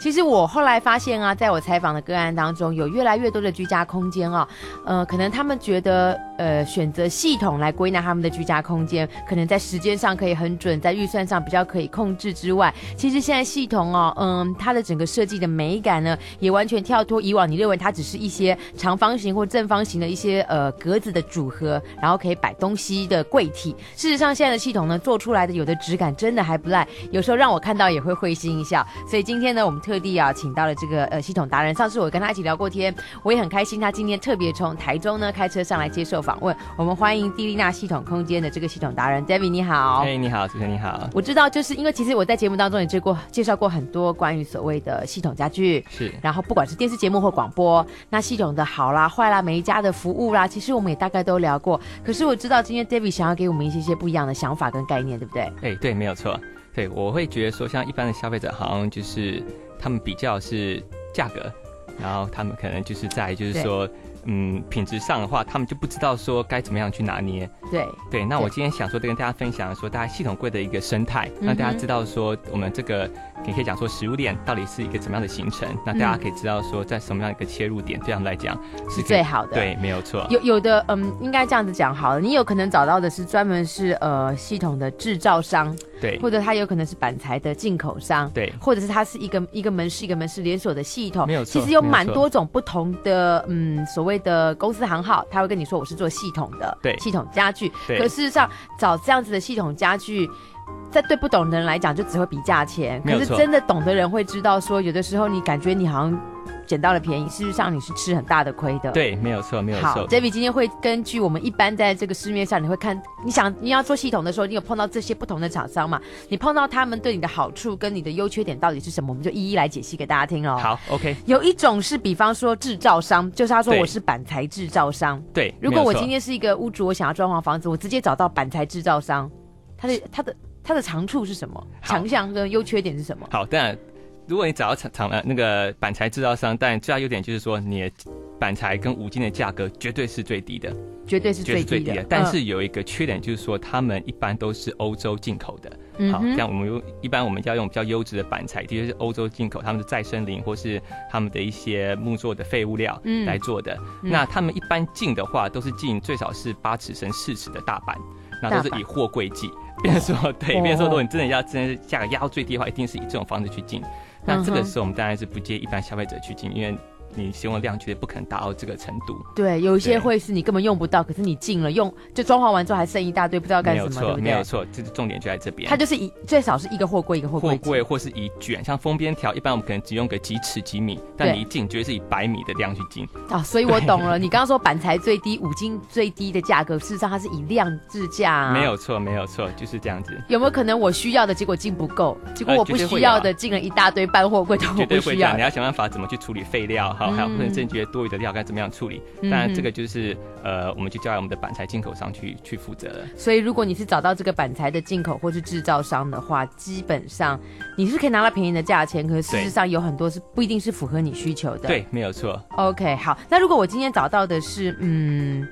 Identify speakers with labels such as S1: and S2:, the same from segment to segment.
S1: 其实我后来发现啊，在我采访的个案当中，有越来越多的居家空间哦，呃，可能他们觉得，呃，选择系统来归纳他们的居家空间，可能在时间上可以很准，在预算上比较可以控制之外，其实现在系统哦，嗯，它的整个设计的美感呢，也完全跳脱以往你认为它只是一些长方形或正方形的一些呃格子的组合，然后可以摆东西的柜体。事实上，现在的系统呢，做出来的有的质感真的还不赖，有时候让我看到也会会心一笑。所以今天呢，我们特地啊，请到了这个呃系统达人。上次我跟他一起聊过天，我也很开心，他今天特别从台中呢开车上来接受访问。我们欢迎蒂丽娜系统空间的这个系统达人 David，你好。
S2: 嘿、你好，主持人你好，
S1: 我知道，就是因为其实我在节目当中也介过介绍过很多关于所谓的系统家具，
S2: 是
S1: 然后不管是电视节目或广播，那系统的好啦、坏啦、每一家的服务啦，其实我们也大概都聊过。可是我知道今天 David 想要给我们一些些不一样的想法跟概念，对不对？
S2: 哎、对，没有错，对我会觉得说，像一般的消费者，好像就是他们比较是价格，然后他们可能就是在就是说，嗯，品质上的话，他们就不知道说该怎么样去拿捏。
S1: 对，
S2: 对，嗯那我
S1: 对
S2: 今天想说，跟大家分享说，大家系统柜的一个生态，
S1: 哼
S2: 让大家知道说，我们这个你可以讲说食物链到底是一个怎么样的形成，那大家可以知道说，在什么样一个切入点，对他们来讲
S1: 是
S2: 是可以
S1: 最好的。。
S2: 对，没有错。
S1: 有有的，嗯，应该这样子讲好了。你有可能找到的是专门是呃系统的制造商，
S2: 对
S1: 或者它有可能是板材的进口商，
S2: 对
S1: 或者是它是一个一个门市一个门市连锁的系统，
S2: 没有错
S1: 其实有
S2: 没有
S1: 蛮
S2: 错
S1: 多种不同的，嗯，所谓的公司行号，他会跟你说我是做系统的，
S2: 对
S1: 系统家具。
S2: 对
S1: 可事实上，找这样子的系统家具。在对不懂的人来讲，就只会比价钱。
S2: 没有
S1: 可是
S2: 错
S1: 真的懂的人会知道说有的时候你感觉你好像捡到了便宜，事实上你是吃很大的亏的。
S2: 对，没有错，没有
S1: 好
S2: 错。
S1: ，David 今天会根据我们一般在这个市面上，你会看，你想你要做系统的时候，你有碰到这些不同的厂商嘛？你碰到他们对你的好处跟你的优缺点到底是什么？我们就一一来解析给大家听哦。，
S2: 好，OK，
S1: 有一种是比方说制造商，就是他说
S2: 对
S1: 我是板材制造商。
S2: 对。
S1: 如
S2: 没
S1: 果
S2: 有
S1: 我
S2: 错
S1: 今天是一个屋主，我想要装潢房子，我直接找到板材制造商，他的他的他的长处是什么？
S2: 好
S1: 强项跟优缺点是什么？
S2: 好，当然，如果你找到厂厂呃那个板材制造商，但最大优点就是说你的板材跟五金的价格绝对是最低的，
S1: 绝对是
S2: 绝
S1: 最
S2: 对是最
S1: 低的
S2: 低的。。但
S1: 嗯
S2: 是有一个缺点就是说，他们一般都是欧洲进口的。好，
S1: 嗯哼
S2: 这样我们用一般我们要用比较优质的板材，的确是欧洲进口，他们的再生林或是他们的一些木做的废物料
S1: 嗯
S2: 来做的。
S1: 嗯
S2: 那他们一般进的话，都是进最少是八尺乘四尺的大板，那
S1: 大
S2: 都是
S1: 板
S2: 以货柜计。 变成说，对，变成说，
S1: 哦
S2: 如果你真的要真的价格压到最低的话，一定是以这种方式去进。那这
S1: 嗯
S2: 个
S1: 哼
S2: 时候，我们当然是不建议一般消费者去进，因为你使用的量绝对不可能达到这个程度。
S1: 对，有一些
S2: 对
S1: 会是你根本用不到，可是你进了用，就装潢完之后还剩一大堆，不知道干
S2: 没
S1: 什
S2: 有
S1: 么，
S2: 错，
S1: 对不
S2: 没有
S1: 对？
S2: 错，这是重点就在这边。
S1: 它就是一最少是一个货柜一个货
S2: 货
S1: 柜。
S2: 柜或是以卷，像封边条，一般我们可能只用个几尺几米，但
S1: 对
S2: 你一进绝对是以百米的量去进。
S1: 啊，所以我懂了。你刚刚说板材最低，五金最低的价格，事实上它是以量制价、啊。
S2: 没。有错，没有错，就是这样子，
S1: 有没有可能我需要的结果进不够，结果
S2: 呃
S1: 我不
S2: 绝对
S1: 需
S2: 会
S1: 要
S2: 有啊
S1: 的进了一大堆半货柜，但
S2: 绝
S1: 哦我
S2: 对
S1: 不
S2: 会
S1: 需
S2: 这
S1: 要
S2: 样。你。要想办法怎么去处理废料，好，还有
S1: 嗯
S2: 或者正觉多余的料该怎么样处理。
S1: 嗯
S2: 当然，这个就是呃，我们就交给我们的板材进口商去去负责了。
S1: 所以如果你是找到这个板材的进口或是制造商的话，基本上你是可以拿到便宜的价钱，可是事实
S2: 对
S1: 上有很多是不一定是符合你需求的。
S2: 对，没有错。
S1: OK，好，那如果我今天找到的是嗯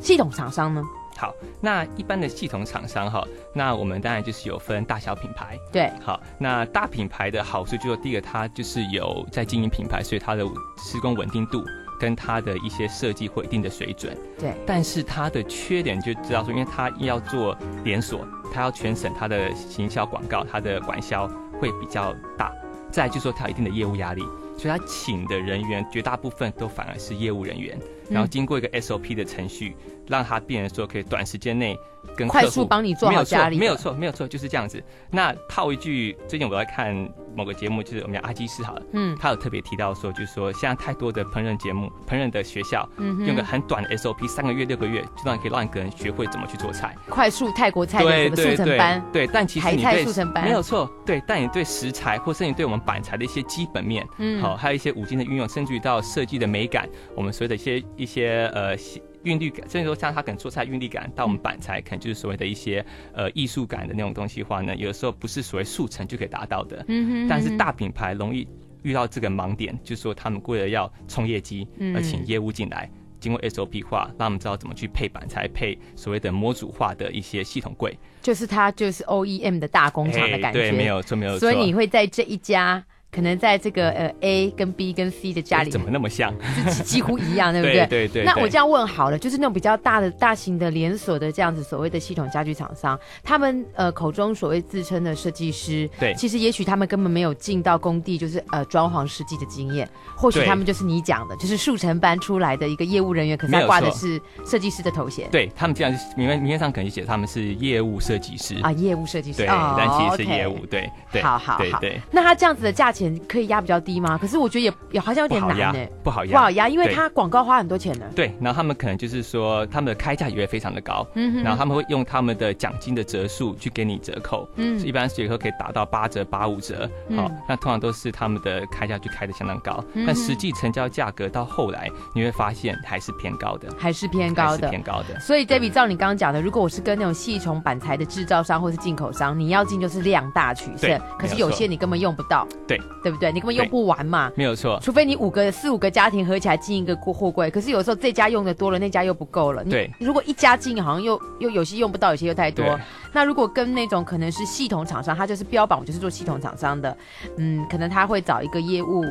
S1: 系统厂商呢？
S2: 好，那一般的系统厂商哈，那我们当然就是有分大小品牌。
S1: 对，
S2: 好，那大品牌的好处就是，第一个它就是有在经营品牌，所以它的施工稳定度跟它的一些设计会有一定的水准。
S1: 对，
S2: 但是它的缺点就知道说，因为它要做连锁，它要全省它的行销广告，它的管销会比较大。再来就是说，它有一定的业务压力，所以它请的人员绝大部分都反而是业务人员，然后经过一个 SOP 的程序，让它变成说可以短时间内跟
S1: 快
S2: 客户
S1: 速帮你做好家里的
S2: 没有错，没有错，没有错，就是这样子。那套一句，最近我在看某个节目，就是我们讲阿基师好了，
S1: 嗯
S2: 他有特别提到说，就是说现在太多的烹饪节目、烹饪的学校，
S1: 嗯哼
S2: 用个很短的 SOP，三个月、六个月，就让你可以让一个人学会怎么去做菜。
S1: 快速泰国菜的什么速成班，
S2: 对，但其实
S1: 台
S2: 你
S1: 菜
S2: 对
S1: 速成班
S2: 没有错，对，但你对食材，或甚至对我们板材的一些基本面，
S1: 嗯
S2: 好、还有一些五金的运用，甚至于到设计的美感，我们所有的一些一些呃细韵律感，甚至说像他可能做出来韵律感，到我们
S1: 嗯
S2: 板材可能就是所谓的一些呃艺术感的那种东西的话呢，有的时候不是所谓速成就可以达到的。
S1: 嗯哼
S2: 但是大品牌容易遇到这个盲点，就是说他们为了要冲业绩
S1: 嗯，
S2: 而请业务进来，经过 SOP 化，让我们知道怎么去配板材，配所谓的模组化的一些系统柜。
S1: 就是它就是 OEM 的大工厂的感觉，
S2: 哎对，没有错，没有错。
S1: 所以你会在这一家，可能在这个呃 A 跟 B 跟 C 的家里，
S2: 哎怎么那么像？
S1: 几几乎一 样，对不
S2: 对对对
S1: 那我
S2: 对
S1: 这样问好了，就是那种比较大的、大型的连锁的这样子所谓的系统家具厂商，他们呃口中所谓自称的设计师，
S2: 对
S1: 其实也许他们根本没有进到工地，就是呃装潢实际的经验，或许
S2: 对
S1: 他们就是你讲的，就是速成班出来的一个业务人员，可是
S2: 没
S1: 他
S2: 有
S1: 挂的
S2: 错
S1: 是设计师的头衔，
S2: 对他们这样，明面明面上可能写他们是业务设计师，
S1: 啊，业务设计师，
S2: 对，
S1: 哦
S2: 但其实是
S1: OK
S2: 业务，对对，
S1: 好好
S2: 对
S1: 好
S2: 对，
S1: 那它这样子的价钱可以压比较低吗？可是我觉得也也好像有
S2: 不
S1: 点
S2: 好
S1: 难
S2: 压
S1: 呢、，
S2: 不好
S1: 不好
S2: 压。
S1: 压，因为
S2: 对
S1: 它广告花很多钱呢。
S2: 对，然后他们可能就是说，他们的开价也会非常的高，
S1: 嗯
S2: 然后他们会用他们的奖金的折数去给你折扣，嗯，一般学科可以打到八折、八五折，好、
S1: 嗯
S2: 那通常都是他们的开价就开的相当高，但实际成交价格到后来你会发现还是偏高的，
S1: 还是偏高
S2: 还是
S1: 的。
S2: 偏高的，
S1: 所以，David，照你刚刚讲的，如果我是跟那种细虫板材的制造商或是进口商，你要进就是量大取胜
S2: 对，
S1: 可是
S2: 没有
S1: 有
S2: 错
S1: 些你根本用不到，
S2: 对
S1: 对不对？你根本用
S2: 对
S1: 不完嘛，
S2: 没有错，
S1: 除非你五个四五个家庭合起来进一个货柜，可是有时候这家用的多了，那家又不够了。你
S2: 对，
S1: 如果一家进好像又又有些用不到，有些又太多
S2: 对。
S1: 那如果跟那种可能是系统厂商，他就是标榜我就是做系统厂商的，嗯，可能他会找一个业务，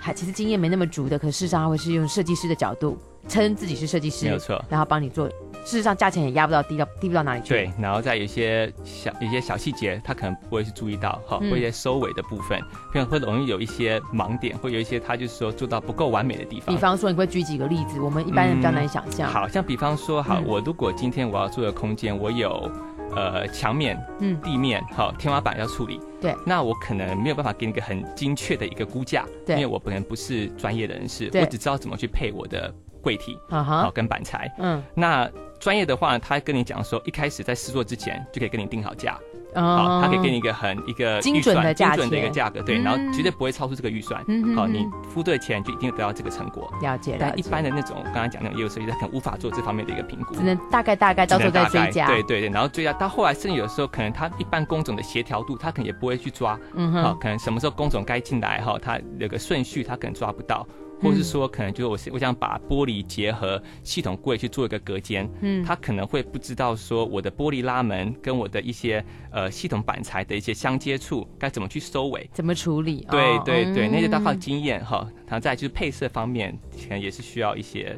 S1: 还其实经验没那么足的，可事实上他会是用设计师的角度称自己是设计
S2: 没有
S1: 师，
S2: 错。
S1: 然后帮你做，事实上价钱也压不到低到低不到哪里去。
S2: 对，然后在有些小有些小细节，他可能不会去注意到哈，
S1: 嗯
S2: 或一些收尾的部分，可能会容易有一些盲点，会有一些他就是说做到不够完美的地方
S1: 比。方说，你会举几个例子，我们一般人比较难想象。
S2: 好像比方说，好，
S1: 嗯
S2: 我如果今天我要做的空间，我有呃墙面、
S1: 嗯
S2: 地面、好天花板要处理，
S1: 对，
S2: 那我可能没有办法给你一个很精确的一个估价，
S1: 对
S2: 因为我本人不是专业人士，
S1: 对
S2: 我只知道怎么去配我的柜体，
S1: 啊
S2: 好
S1: 哈，
S2: 跟板材。
S1: 嗯
S2: 那专业的话，他跟你讲说，一开始在试做之前就可以跟你定好价，
S1: 哦
S2: 好，他可以给你一个很一个
S1: 精
S2: 预
S1: 准
S2: 算
S1: 的价
S2: 精准的一个
S1: 钱
S2: 价格，对，然
S1: 嗯
S2: 后绝对不会超出这个预算
S1: 嗯哼。
S2: 好，
S1: 哼
S2: 你付对钱就一定得到这个成果。
S1: 了解了
S2: 但
S1: 解。
S2: 一般的那种，我刚才讲那种业务设计，他可能无法做这方面的一个评估，
S1: 只能大概大概，到时候再
S2: 只能
S1: 追
S2: 大
S1: 加。
S2: 概对对对，然后追加到后来，甚至有的时候可能他一般工种的协调度，他可能也不会去抓，
S1: 嗯
S2: 好、
S1: 哼，
S2: 可能什么时候工种该进来哈，它有个顺序，它可能抓不到，或是说可能就是我是我想把玻璃结合系统柜去做一个隔间，
S1: 嗯
S2: 他可能会不知道说我的玻璃拉门跟我的一些呃系统板材的一些相接触该怎么去收尾。
S1: 怎么处理？
S2: 对
S1: 哦
S2: 对对，那些大靠
S1: 嗯
S2: 经验哈，然后再来就是配色方面，可能也是需要一些，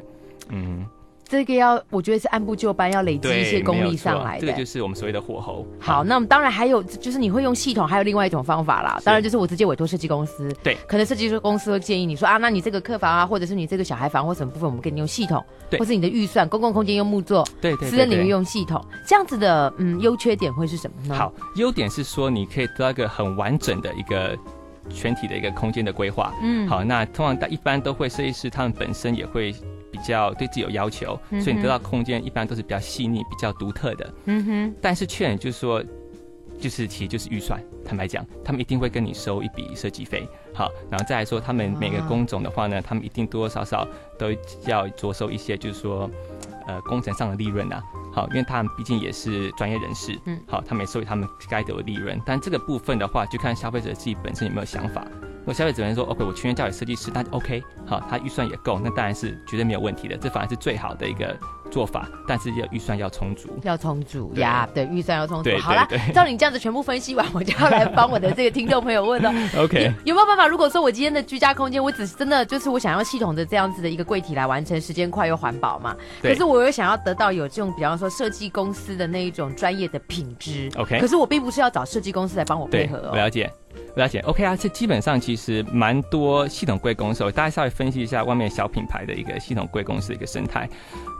S2: 嗯，
S1: 这个要，我觉得是按部就班，要累积
S2: 对，
S1: 一些功
S2: 没有
S1: 力上
S2: 错
S1: 来
S2: 这个就
S1: 的。
S2: 是我们所谓的火候。
S1: 好，那我们当然还有，就是你会用系统，还有另外一种方法啦。
S2: 是
S1: 当然就是我直接委托设计公司，
S2: 对
S1: 可能设计公司会建议你说啊，那你这个客房啊，或者是你这个小孩房或什么部分，我们给你用系统，
S2: 对
S1: 或是你的预算，公共空间用木作，
S2: 对对对
S1: 私人领
S2: 对
S1: 域用系统，这样子的嗯优缺点会是什么呢？，
S2: 好，优点是说你可以得到一个很完整的一个全体的一个空间的规划。
S1: 嗯，
S2: 好，那通常大一般都会设计师他们本身也会比较对自己有要求，
S1: 嗯哼
S2: 所以你得到空间一般都是比较细腻、比较独特的。
S1: 嗯哼，
S2: 但是缺点就是说。就是其实就是预算，坦白讲，他们一定会跟你收一笔设计费，好，然后再来说他们每个
S1: 啊
S2: 工种的话呢，他们一定多多少少都要着收一些，就是说，呃，工程上的利润啊，好，因为他们毕竟也是专业人士，
S1: 嗯
S2: 嗯，好，他们也收取他们该得的利润，但这个部分的话，就看消费者自己本身有没有想法。如果消费者能说，OK，我全权交给设计师，那就 OK，好，他预算也够，那当然是绝对没有问题的，这反而是最好的一个做法，但是要预算要充足。
S1: 要充足
S2: 对
S1: 呀，对，预算要充足
S2: 对。
S1: 好啦
S2: 对，对
S1: 照你这样子全部分析完，我就要来帮我的这个听众朋友问了。
S2: OK，
S1: 有有没有办法？如果说我今天的居家空间，我只是真的就是我想要系统的这样子的一个柜体来完成，时间快又环保嘛。
S2: 对
S1: 可是我又想要得到有这种，比方说设计公司的那一种专业的品质。
S2: OK
S1: 可是我并不是要找设计公司来帮我配
S2: 对，
S1: 合
S2: 我
S1: 哦。
S2: 了解，我了解。OK 啊，这基本上其实蛮多系统贵公司，我哦大家稍微分析一下外面小品牌的一个系统贵公司的一个生态，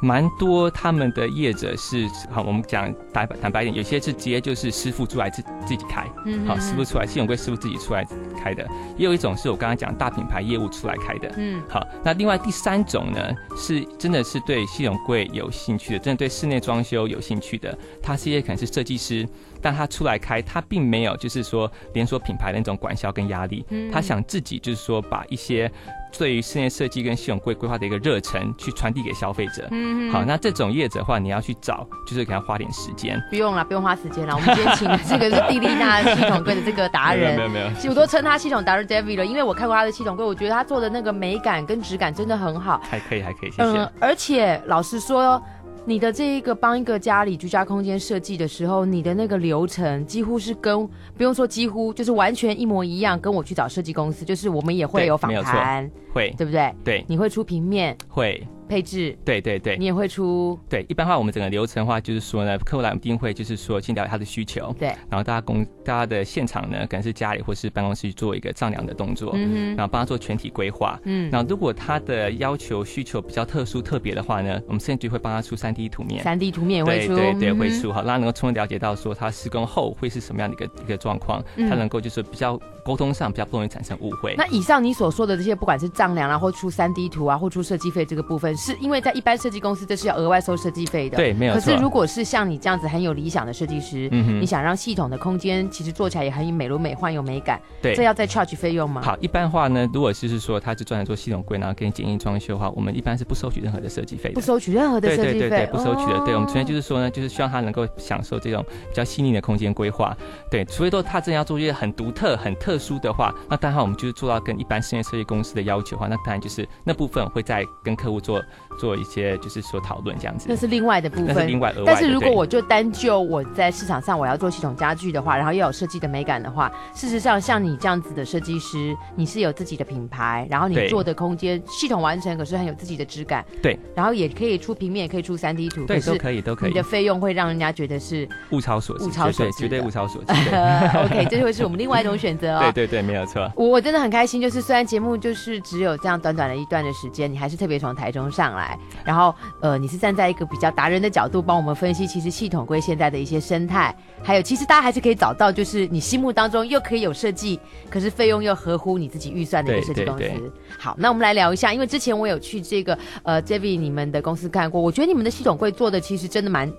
S2: 蛮多他们的业者是，好，我们讲坦白坦白一点，有些是直接就是师傅出来自自己开，
S1: 嗯
S2: 好，师傅出来系统贵师傅自己出来开的，也有一种是我刚刚讲大品牌业务出来开的，
S1: 嗯，
S2: 好，那另外第三种呢，是真的是对系统柜有兴趣的，真的对室内装修有兴趣的，他是也可能是设计师，但他出来开，他并
S1: 嗯
S2: 没有就是说连锁品牌的那种管销跟压力，他想自己就是说把一些对于室内设计跟系统规规划的一个热忱去传递给消费者。
S1: 嗯
S2: 好，那这种业者的话，你要去找，就是给他花点时间。
S1: 不用了，不用花时间了。我们今天请的这个是地利纳系统柜的这个达
S2: 没有没
S1: 人
S2: 有。没有，
S1: 其实我都称他系统达人 David 了，因为我看过他的系统柜，我觉得他做的那个美感跟质感真的很好。
S2: 还可以还可以，谢
S1: 嗯
S2: 谢。，
S1: 而且老实说，你的这一个帮一个家里居家空间设计的时候，你的那个流程几乎是跟不用说几乎就是完全一模一样，跟我去找设计公司，就是我们也会
S2: 对
S1: 有访
S2: 没有错
S1: 谈，
S2: 会
S1: 对不对？
S2: 对
S1: 你会出平面
S2: 会
S1: 配置，
S2: 对对对
S1: 你也会出
S2: 对。一般话，我们整个流程的话，就是说呢，客户来我们一定会就是说先了解他的需求，
S1: 对，
S2: 然后大家公大家的现场呢，可能是家里或是办公室做一个丈量的动作，
S1: 嗯
S2: 然后帮他做全体规划。
S1: 嗯
S2: 那如果他的要求需求比较特殊特别的话呢，我们甚至会帮他出三 D 图
S1: 哼，
S2: 面。
S1: 三 D 图面也会
S2: 对
S1: 出，
S2: 对对，
S1: 嗯哼
S2: 会出好，让他能够充分了解到说他施工后会是什么样的一个一个状况，
S1: 嗯
S2: 他能够就是比较沟通上比较不容易产生误会。
S1: 那以上你所说的这些，不管是丈量啊，或出三 D 图啊，或出设计费这个部分，是因为在一般设计公司这是要额外收设计费的。。
S2: 对，没有
S1: 可
S2: 错
S1: 是。如果是像你这样子很有理想的设计师，
S2: 嗯
S1: 你
S2: 哼，
S1: 想让系统的空间其实做起来也很美轮美奂、有美感，
S2: 对
S1: 这。要再 charge 费用吗？
S2: 好，一般的话呢，如果就是说他是专门做系统柜，然后给你简易装修的话，我们一般是不收取任何的设计费的
S1: 不。收取任何的
S2: 对
S1: 设
S2: 对
S1: 计费，哦
S2: 对对，不收取的。对我们纯粹就是是说呢，就是希望他能够享受这种比较细腻的空间规划。对，除非说他真的要做一些很独特、很特殊的话，那当然我们就是做到跟一般室内设计公司的要求的话，那当然就是那部分会再跟客户做做一些就是说讨论这样子。
S1: 那是另外的部
S2: 那是
S1: 分
S2: 另。外额外的。
S1: 但是如果
S2: 对
S1: 我就单就我在市场上我要做系统家具的话，然后又有设计的美感的话，事实上像你这样子的设计师，你是有自己的品牌，然后你
S2: 对
S1: 做的空间系统完成，可是很有自己的质感。
S2: 对，
S1: 然后也可以出平面，也可以出三 D 图，
S2: 对
S1: 可
S2: 都
S1: 是
S2: 可以都可
S1: 你的
S2: 以，
S1: 费用会让人家觉得 是
S2: 物超所值，
S1: 物超
S2: 绝
S1: 所
S2: 对
S1: 值
S2: 绝对
S1: 的
S2: 物超所值。对
S1: OK，这就会是我们另外一种选择哦。
S2: 对对对，没有错。
S1: 我我真的很开心，就是虽然节目就是只有这样短短的一段的时间，你还是特别从台中上来，然后呃，你是站在一个比较达人的角度帮我们分析，其实系统柜现在的一些生态，还有其实大家还是可以找到，就是你心目当中又可以有设计，可是费用又合乎你自己预算的一个设计
S2: 对对
S1: 公司
S2: 对。
S1: 好，那我们来聊一下，因为之前我有去这个呃 j v 你们的公司看过，我觉得你们的系统柜做的其实真的蛮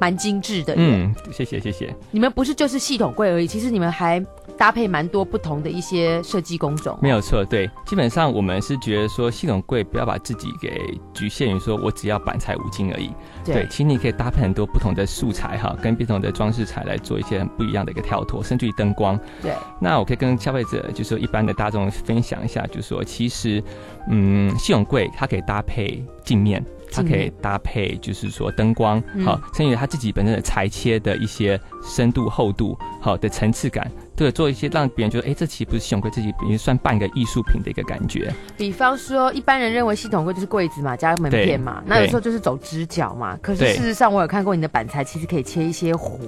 S1: 蛮精致的，嗯，
S2: 嗯，谢谢谢谢。
S1: 你们不是就是系统柜而已，其实你们还搭配蛮多不同的一些设计工种。
S2: 没有错，对，基本上我们是觉得说系统柜不要把自己给局限于说我只要板材五金而已。对，其实你可以搭配很多不同的素材哈，跟不同的装饰材来做一些很不一样的一个跳脱，甚至于灯光。
S1: 对，
S2: 那我可以跟消费者，就是说一般的大众分享一下，就是说其实，嗯，系统柜它可以搭配镜面。它
S1: 镜
S2: 可
S1: 面
S2: 以搭配，就是说灯光，
S1: 嗯
S2: 好、甚至于它自己本身的裁切的一些深度、厚度，好、的层次感，对，做一些让别人觉得，哎、这其实不是系统柜，自己已经算半个艺术品的一个感觉。
S1: 比方说，一般人认为系统柜就是柜子嘛，加门片嘛，
S2: 对
S1: 那有时候就是走直角嘛。可是
S2: 对
S1: 事实上，我有看过你的板材，其实可以切一些弧。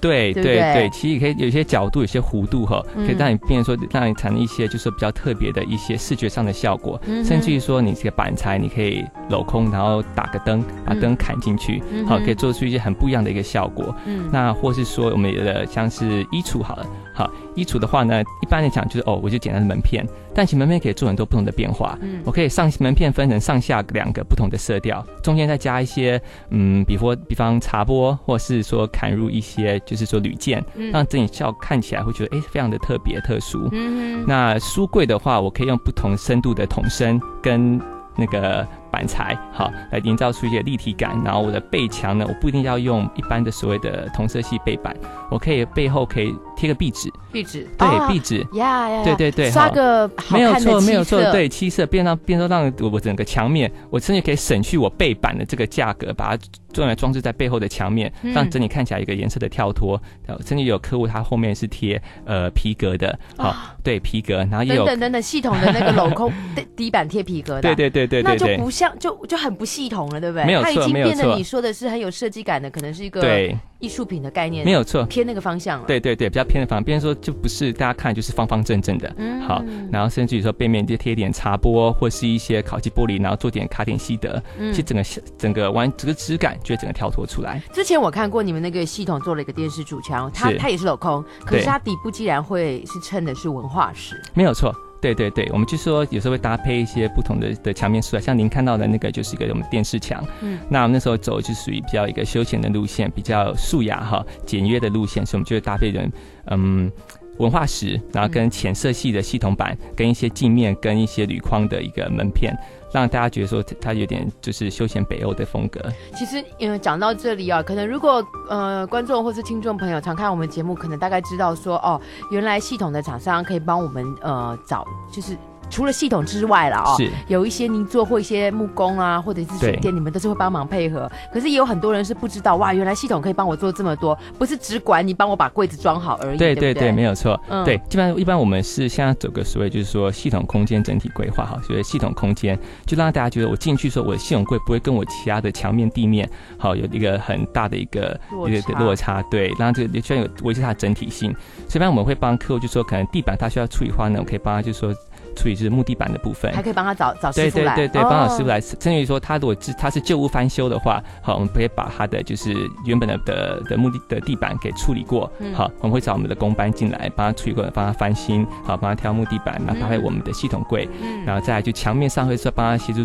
S2: 对
S1: 对
S2: 对
S1: 不
S2: 对
S1: 对
S2: 其实可以有一些角度，有些弧度哈，
S1: 嗯
S2: 可以让你变成说，让你产生一些就是比较特别的一些视觉上的效果，
S1: 嗯哼
S2: 甚至于说你这个板材你可以镂空，然后打个灯，把灯砍进去，
S1: 嗯
S2: 好、
S1: 哼
S2: 可以做出一些很不一样的一个效果。
S1: 嗯，
S2: 那或是说我们的像是衣橱好了，好衣橱的话呢，一般来讲就是哦，我就简单的门片，但其实门片可以做很多不同的变化，
S1: 嗯
S2: 我可以上门片分成上下两个不同的色调，中间再加一些，嗯，比方比方茶波，或是说砍入一些，就是说铝件，让整体效果看起来会觉得哎、诶非常的特别特殊。
S1: 嗯哼，
S2: 那书柜的话，我可以用不同深度的桶身跟那个板材，好来营造出一些立体感。然后我的背墙呢，我不一定要用一般的所谓的同色系背板，我可以背后可以贴个壁纸，
S1: 壁纸
S2: 对，
S1: 哦
S2: 壁纸，
S1: 呀呀，呀
S2: 对对对，
S1: 刷
S2: 好
S1: 个好
S2: 没有
S1: 看的
S2: 错，没有
S1: 漆色
S2: 错，，对，七色变到变到让我整个墙面，我甚至可以省去我背板的这个价格，把它用来装置在背后的墙面，
S1: 嗯
S2: 让整体看起来有一个颜色的跳脱。呃甚至有客户他后面是贴呃皮革的，好、对皮革，然后也有
S1: 等等等等，系统啊的那个镂空底底板贴皮革的，
S2: 对对对对对
S1: 那就
S2: 对
S1: 不像就就很不系统了，对不对？
S2: 没有
S1: 它已
S2: 错
S1: 经
S2: 没有
S1: 变得
S2: 错
S1: 你说的是很有设计感的，可能是一个
S2: 对，
S1: 艺术品的概念，
S2: 没有错，
S1: 偏那个方向了。，
S2: 对对对，比较偏的方边说就不是大家看就是方方正正的，
S1: 嗯
S2: 好，然后甚至于说背面就贴一点茶玻或是一些烤漆玻璃，然后做点卡点西德，
S1: 嗯
S2: 其实整个整个完整个质感就会整个跳脱出来。
S1: 之前我看过你们那个系统做了一个电视主墙，它
S2: 是
S1: 它也是镂空，可是
S2: 对
S1: 它底部既然会是衬的是文化石，
S2: 没有错。对对对，我们就说有时候会搭配一些不同的的墙面素材，像您看到的那个就是一个我们电视墙。
S1: 嗯
S2: 嗯，那我们那时候走就属于比较一个休闲的路线，比较素雅哈、简约的路线，所以我们就会搭配人，嗯，文化石，然后跟浅色系的系统板，跟一些镜面，跟一些铝框的一个门片，让大家觉得说它它有点就是休闲北欧的风格。
S1: 其实，嗯，讲到这里啊，可能如果呃观众或是听众朋友常看我们节目，可能大概知道说，哦，原来系统的厂商可以帮我们呃找，就是除了系统之外了哦，
S2: 是
S1: 有一些泥做或一些木工啊，或者是水电，你们都是会帮忙配合。可是也有很多人是不知道，哇，原来系统可以帮我做这么多，不是只管你帮我把柜子装好而已，
S2: 对
S1: 对不
S2: 对没有错。
S1: 嗯
S2: 对，基本上一般我们是现在走个所谓就是说系统空间整体规划好，所谓系统空间就让大家觉得我进去说我的系统柜不会跟我其他的墙面地面好有一个很大的一个
S1: 落
S2: 一
S1: 差
S2: 个落差，对，让这个虽然有维持它的整体性。所以一般我们会帮客户就说可能地板它需要处理的话呢，我可以帮他就说处理就是木地板的部分
S1: 还。可以帮他找找
S2: 对
S1: 啊师傅
S2: 对
S1: 来，
S2: 对对，帮老师
S1: 哦。
S2: 傅来，甚至于说他如果是他是旧屋翻修的话，好，我们可以把他的就是原本的的的目的的地板给处理过
S1: 嗯，
S2: 好，我们会找我们的工班进来帮他处理过，帮他翻新，好，帮他挑木地板，然后搭配我们的系统柜，
S1: 嗯
S2: 然后再来就墙面上会说帮他协助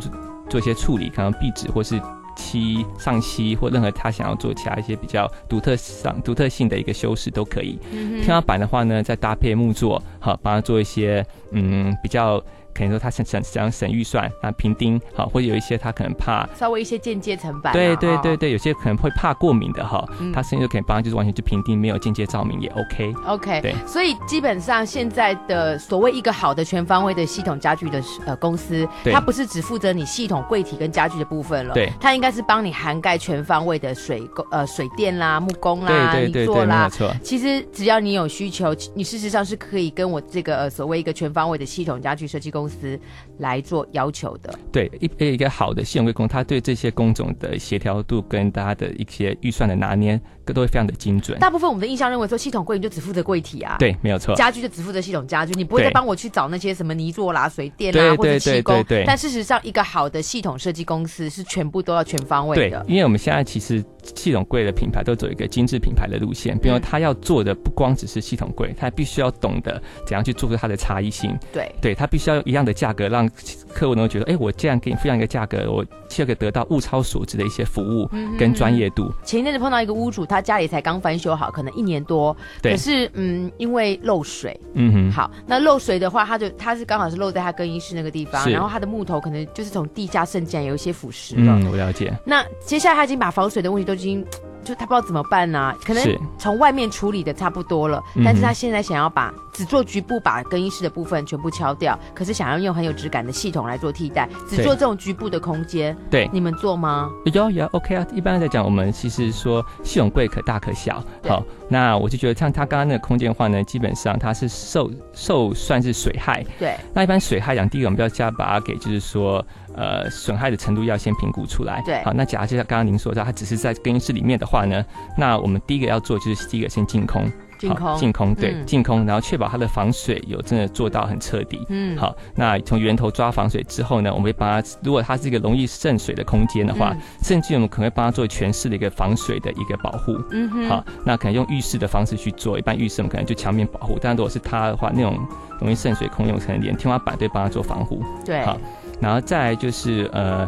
S2: 做一些处理，可能壁纸或是。漆上漆或任何他想要做其他一些比较独特上独特性的一个修饰都可以。
S1: 嗯哼
S2: 天花板的话呢，再搭配木座，好，帮他做一些嗯比较，可能说他想想想省预算啊，平钉好，或者有一些他可能怕。
S1: 稍微一些间接成本啊，
S2: 对对
S1: 哦
S2: 对对，有些可能会怕过敏的哈
S1: 嗯，
S2: 他甚至可以帮他就是完全就平钉，没有间接照明也 OK。
S1: OK，
S2: 对
S1: 所以基本上现在的所谓一个好的全方位的系统家具的呃公司，
S2: 对
S1: 它不是只负责你系统柜体跟家具的部分了，
S2: 对
S1: 它应该是帮你涵盖全方位的水工呃水电啦、木工
S2: 对
S1: 啦、
S2: 对
S1: 泥
S2: 对
S1: 作
S2: 对，没有
S1: 啦。
S2: 错。
S1: 其实只要你有需求，你事实上是可以跟我这个呃所谓一个全方位的系统家具设计公司来做要求的。
S2: 对一一个好的系统会工，他对这些工种的协调度跟大家的一些预算的拿捏，都会非常的精准。
S1: 大部分我们的印象认为说系统柜你就只负责柜体啊，
S2: 对，没有错。
S1: 家具就只负责系统家具，你不会再
S2: 呃对
S1: 帮我去找那些什么泥作啦、水电啦
S2: 对
S1: 或者
S2: 对
S1: 气
S2: 对
S1: 工
S2: 对。对
S1: 但事实上，一个好的系统设计公司是全部都要全方位
S2: 对
S1: 的，。
S2: 因为我们现在其实系统柜的品牌都走一个精致品牌的路线，
S1: 嗯
S2: 比如说它要做的不光只是系统柜，它必须要懂得怎样去做出它的差异性。
S1: 对
S2: 对，它必须要一样的价格，让客户能够觉得，哎，我既然给你付这样一个价格，我就可以得到物超所值的一些服务
S1: 嗯
S2: 跟专业度。
S1: 前一阵子碰到一个屋主，他家里才刚翻修好，可能一年多，
S2: 对
S1: 可是嗯，因为漏水，
S2: 嗯哼，
S1: 好，那漏水的话，他就他是刚好是漏在他更衣室那个地方，
S2: 是
S1: 然后他的木头可能就是从地下渗进来，有一些腐蚀了。
S2: 嗯，我了解，
S1: 那接下来他已经把防水的问题都已经，就他不知道怎么办呐、可能
S2: 是
S1: 从外面处理的差不多了，
S2: 嗯哼
S1: 但是他现在想要把只做局部把更衣室的部分全部敲掉，可是想要用很有质感的系统来做替代，只
S2: 对
S1: 做这种局部的空间，
S2: 对。
S1: 你们做吗？
S2: 有有 OK 啊，一般来讲，我们其实说系统柜可大可小。
S1: 对
S2: 好，那我就觉得像它刚刚那个空间的话呢，基本上它是受受算是水害，
S1: 对，
S2: 那一般水害讲，第一个我们要先把它给就是说，呃，损害的程度要先评估出来。
S1: 对
S2: 好，那假设像刚刚您说到，它只是在更衣室里面的话呢，那我们第一个要做就是第一个先净空，
S1: 净
S2: 好
S1: 空，
S2: 净空，对，
S1: 嗯
S2: 净空，然后确保它的防水有真的做到很彻底。
S1: 嗯，
S2: 好，那从源头抓防水之后呢，我们会帮它，如果它是一个容易渗水的空间的话，
S1: 嗯
S2: 甚至我们可能会帮它做全室的一个防水的一个保护。
S1: 嗯哼，
S2: 好，那可能用浴室的方式去做，一般浴室我们可能就墙面保护，但如果是它的话，那种容易渗水空间，我们可能连天花板都会帮它做防护。
S1: 对，
S2: 好然后再来就是呃，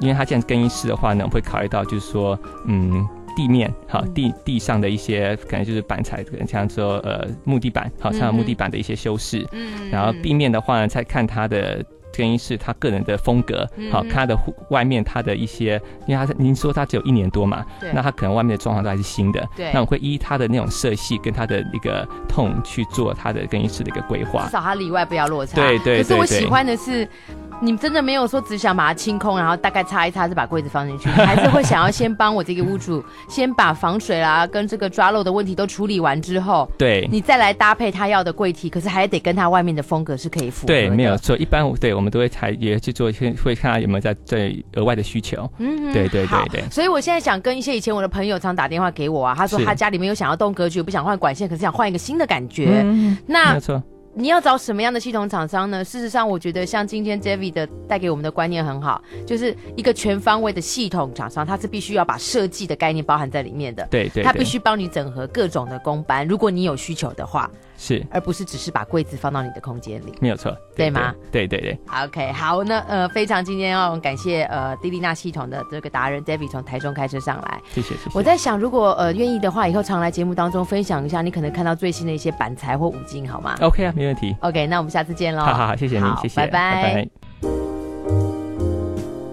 S2: 因为它现在更衣室的话呢，我们会考虑到就是说，嗯。地面好，
S1: 嗯
S2: 地地上的一些可能就是板材，可能像说呃木地板，好，像
S1: 嗯哼
S2: 木地板的一些修饰，
S1: 嗯
S2: 然后地面的话呢，再看它的更衣室它个人的风格，好，
S1: 嗯哼
S2: 看它的户外面它的一些，因为它是您说它只有一年多嘛，
S1: 对
S2: 那它可能外面的装潢都还是新的，
S1: 对
S2: 那我会依它的那种色系跟它的一个痛去做它的更衣室的一个规划
S1: 至。少它里外不要落差。
S2: 对对
S1: 可是我
S2: 对对
S1: 喜欢的是，你真的没有说只想把它清空，然后大概擦一擦就把柜子放进去，你还是会想要先帮我这个屋主先把防水啦跟这个抓漏的问题都处理完之后，
S2: 对
S1: 你再来搭配他要的柜体，可是还得跟他外面的风格是可以符合的。
S2: 对，没有错。一般我对我们都会才也去做一些，会看它有没有在在额外的需求。
S1: 嗯
S2: 对对
S1: 好
S2: 对对
S1: 所以我现在想跟一些以前我的朋友常打电话给我啊，他说
S2: 是
S1: 他家里面有想要动格局，不想换管线，可是想换一个新的感觉。
S2: 嗯，没
S1: 那
S2: 有错。
S1: 你要找什么样的系统厂商呢？事实上，我觉得像今天 Javi 的带给我们的观念很好，就是一个全方位的系统厂商，它是必须要把设计的概念包含在里面的。
S2: 对对，
S1: 它必
S2: 对
S1: 须帮你整合各种的工班，如果你有需求的话，
S2: 是
S1: 而不是只是把柜子放到你的空间里。
S2: 没有错，
S1: 对吗？
S2: 对对对，
S1: OK，好，那呃，非常今天要感谢呃蒂丽娜系统的这个达人 David 从台中开车上来。
S2: 谢谢谢谢。
S1: 我在想，如果呃愿意的话，以后常来节目当中分享一下你可能看到最新的一些板材或五金，好吗
S2: OK 啊，没问题。
S1: ？OK，那我们下次见喽。
S2: 好好好，谢谢你
S1: 哦好，
S2: 谢谢，
S1: 拜拜
S2: 拜拜